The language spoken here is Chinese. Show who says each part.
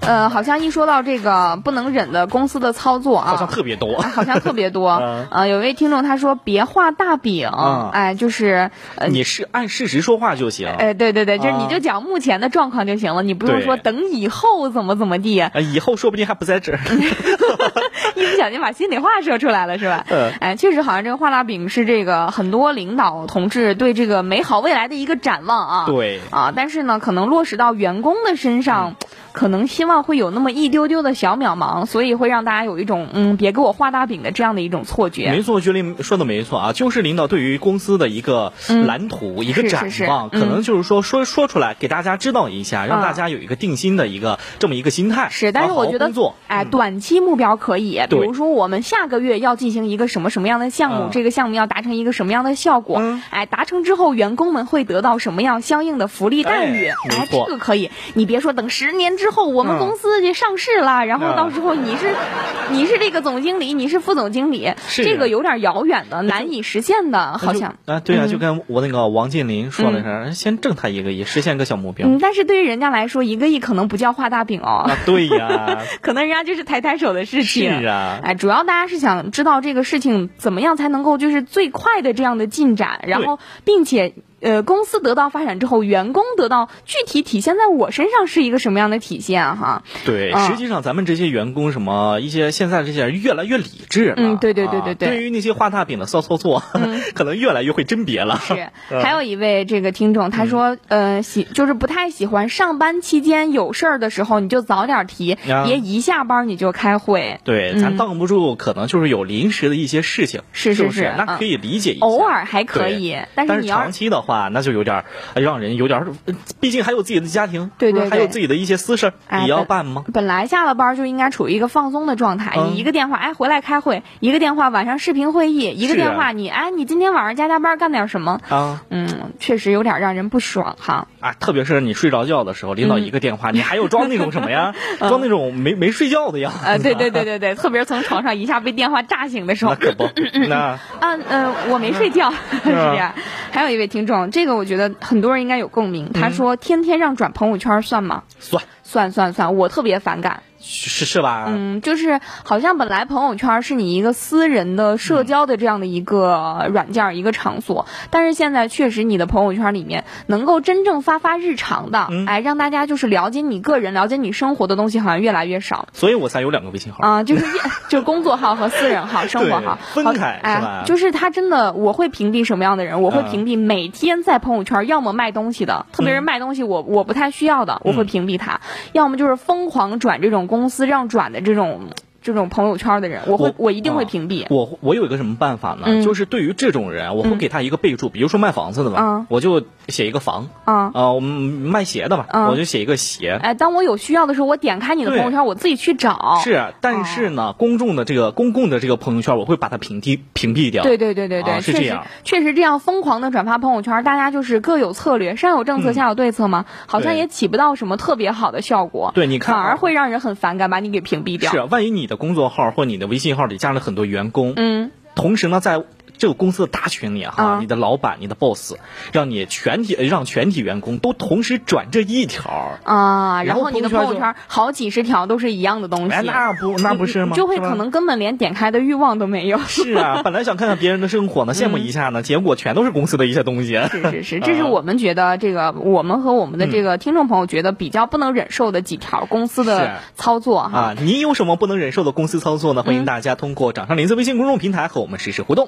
Speaker 1: 呃，好像一说到这个不能忍的公司的操作啊，
Speaker 2: 好像特别多。
Speaker 1: 好像特别多。
Speaker 2: 嗯
Speaker 1: 呃，有一位听众他说别画大饼，
Speaker 2: 嗯
Speaker 1: 哎，就是呃。
Speaker 2: 你是按事实说话就行。
Speaker 1: 哎，对对对，就是
Speaker 2: 啊
Speaker 1: 你就讲目前的状况就行了，你不用
Speaker 2: 对
Speaker 1: 说等以后怎么怎么地，
Speaker 2: 啊，以后说不定还不在这儿。
Speaker 1: 嗯一不小心把心里话说出来了，是吧？
Speaker 2: 嗯
Speaker 1: 哎，确实好像这个画大饼是这个很多领导同志对这个美好未来的一个展望啊。
Speaker 2: 对
Speaker 1: 啊，但是呢，可能落实到员工的身上，可能希望会有那么一丢丢的小渺茫，所以会让大家有一种嗯，别给我画大饼的这样的一种错觉。
Speaker 2: 没错，君林说的没错啊，就是领导对于公司的一个
Speaker 1: 嗯
Speaker 2: 蓝图、一个
Speaker 1: 是
Speaker 2: 展
Speaker 1: 是
Speaker 2: 望，
Speaker 1: 嗯
Speaker 2: 可能就是说说说出来给大家知道一下，让
Speaker 1: 啊
Speaker 2: 大家有一个定心的一个这么一个心态。
Speaker 1: 是，但是
Speaker 2: 然后
Speaker 1: 我觉得
Speaker 2: 工作，
Speaker 1: 哎，
Speaker 2: 嗯
Speaker 1: 短期目标可以，比
Speaker 2: 对
Speaker 1: 如说我们下个月要进行一个什么什么样的项目，
Speaker 2: 嗯
Speaker 1: 这个项目要达成一个什么样的效果，
Speaker 2: 嗯
Speaker 1: 哎，达成之后员工们会得到什么样相应的福利待遇，
Speaker 2: 哎
Speaker 1: 哎这
Speaker 2: 没错
Speaker 1: 个可以。你别说等十年之后我们
Speaker 2: 嗯
Speaker 1: 公司就上市了，然后到时候你是、你是这个总经理，你是副总经理，
Speaker 2: 是
Speaker 1: 这个有点遥远的，难以实现的，好
Speaker 2: 就
Speaker 1: 像。
Speaker 2: 啊，对啊，
Speaker 1: 嗯
Speaker 2: 就跟我那个王健林说的是，先挣他一个亿，实现个小目标。
Speaker 1: 嗯，但是对于人家来说，一个亿可能不叫画大饼哦，
Speaker 2: 啊，对呀，
Speaker 1: 可能人家就是抬抬手的事
Speaker 2: 是
Speaker 1: 情。
Speaker 2: 啊，
Speaker 1: 哎，主要大家是想知道这个事情怎么样才能够就是最快的这样的进展，然后并且呃公司得到发展之后，员工得到具体体现在我身上是一个什么样的体现 哈？
Speaker 2: 对，
Speaker 1: 啊
Speaker 2: 实际上咱们这些员工什么一些现在这些人越来越理智了，
Speaker 1: 嗯对对对
Speaker 2: 啊
Speaker 1: 对嗯对
Speaker 2: 对，于那些画大饼的骚操作， 可能越来越会甄别了。
Speaker 1: 是，
Speaker 2: 嗯
Speaker 1: 还有一位这个听众他说，呃喜就是不太喜欢上班期间有事儿的时候你就早点提，
Speaker 2: 啊
Speaker 1: 别一下班你就开会。
Speaker 2: 对，
Speaker 1: 嗯
Speaker 2: 咱挡不住，可能就是有临时的一些事情，
Speaker 1: 是
Speaker 2: 是
Speaker 1: 是
Speaker 2: 不
Speaker 1: 是啊
Speaker 2: 那可以理解一下。
Speaker 1: 偶尔还可
Speaker 2: 对
Speaker 1: 以，但
Speaker 2: 但
Speaker 1: 是你要
Speaker 2: 长期的话，那就有点儿呃让人有点儿，呃毕竟还有自己的家庭，
Speaker 1: 对
Speaker 2: 不是
Speaker 1: 对
Speaker 2: 还有
Speaker 1: 对
Speaker 2: 自己的一些私事儿
Speaker 1: 哎
Speaker 2: 也要
Speaker 1: 对
Speaker 2: 办吗？
Speaker 1: 本来下了班就应该处于一个放松的状态，
Speaker 2: 嗯
Speaker 1: 你一个电话，哎，回来开会；一个电话，晚上视频会议；一个
Speaker 2: 是啊
Speaker 1: 电话，你哎，你今天晚上加加班干点什么？
Speaker 2: 啊
Speaker 1: 嗯，确实有点让人不爽哈。
Speaker 2: 啊！特别是你睡着觉的时候，领
Speaker 1: 嗯
Speaker 2: 导一个电话，你还有装那种什 么呀？装那种没没睡觉的呀？
Speaker 1: 呃，对对对对对，特别是从床上一下被电话炸醒的时候
Speaker 2: 那，可不，那啊
Speaker 1: 啊，呃，我没睡 觉，是这样。还有一位听众，这个我觉得很多人应该有共鸣，他说天天让转朋友圈算吗？
Speaker 2: 嗯算
Speaker 1: 算算算，我特别反感。
Speaker 2: 是是吧？
Speaker 1: 嗯，就是好像本来朋友圈是你一个私人的
Speaker 2: 嗯
Speaker 1: 社交的这样的一个软件、儿一个场所，但是现在确实你的朋友圈里面能够真正发发日常的，
Speaker 2: 嗯
Speaker 1: 哎，让大家就是了解你个人、了解你生活的东西好像越来越少。
Speaker 2: 所以我才有两个微信号。
Speaker 1: 啊、就是越 就是工作号和私人号、生活号
Speaker 2: 对
Speaker 1: 好
Speaker 2: 分开是吧
Speaker 1: 哎，就是他真的，我会屏蔽什么样的人？我会
Speaker 2: 嗯
Speaker 1: 屏蔽每天在朋友圈要么卖东西的，特别是卖东西我我不太需要的，我会
Speaker 2: 嗯
Speaker 1: 屏蔽他；要么就是疯狂转这种公司让转的这种这种朋友圈的人，我会
Speaker 2: 我
Speaker 1: 我一定会
Speaker 2: 啊
Speaker 1: 屏蔽。
Speaker 2: 我我有一个什么办法呢？
Speaker 1: 嗯
Speaker 2: 就是对于这种人，我会给他一个备注，比如说卖房子的吧，
Speaker 1: 嗯
Speaker 2: 我就写一个房
Speaker 1: 啊、
Speaker 2: 啊、我们卖鞋的吧，
Speaker 1: 嗯
Speaker 2: 我就写一个鞋。
Speaker 1: 哎，当我有需要的时候，我点开你的
Speaker 2: 对
Speaker 1: 朋友圈，我自己去找。
Speaker 2: 是，啊但是
Speaker 1: 哦
Speaker 2: 呢，公众的这个公共的这个朋友圈，我会把它屏蔽屏蔽掉。
Speaker 1: 对对对对对，
Speaker 2: 啊是
Speaker 1: 确
Speaker 2: 这
Speaker 1: 实
Speaker 2: 样
Speaker 1: 确实这样疯狂的转发朋友圈，大家就是各有策略，上有政策，
Speaker 2: 嗯
Speaker 1: 下有对策嘛，好像
Speaker 2: 对
Speaker 1: 也起不到什么特别好的效果。
Speaker 2: 对你看
Speaker 1: 反
Speaker 2: 啊
Speaker 1: 而会让人很反感，把你给屏蔽掉。
Speaker 2: 是，啊万一你的工作号或你的微信号里加了很多员工，
Speaker 1: 嗯，
Speaker 2: 同时呢，在这个公司的大群里哈，
Speaker 1: 嗯
Speaker 2: 你的老板、你的 boss，让你全体让全体员工都同时转这一条，
Speaker 1: 啊，
Speaker 2: 然
Speaker 1: 然
Speaker 2: 后
Speaker 1: 后你的
Speaker 2: 朋
Speaker 1: 朋
Speaker 2: 友
Speaker 1: 友
Speaker 2: 圈就
Speaker 1: 圈好几十条都是一样的东西，
Speaker 2: 哎，那不那不是吗？
Speaker 1: 就会
Speaker 2: 是吧
Speaker 1: 可能根本连点开的欲望都没 有。
Speaker 2: 是啊，本来想看看别人的生活呢，羡慕一下呢，结果全都是公司的一些东西。
Speaker 1: 是是是，这是我们觉得这个，我们和我们的这个听众朋友觉得比较不能忍受的几条公司
Speaker 2: 嗯是
Speaker 1: 的操作哈。
Speaker 2: 啊啊，你有什么不能忍受的公司操作呢？欢迎大家通过掌上林子微信公众平台和我们实时互动。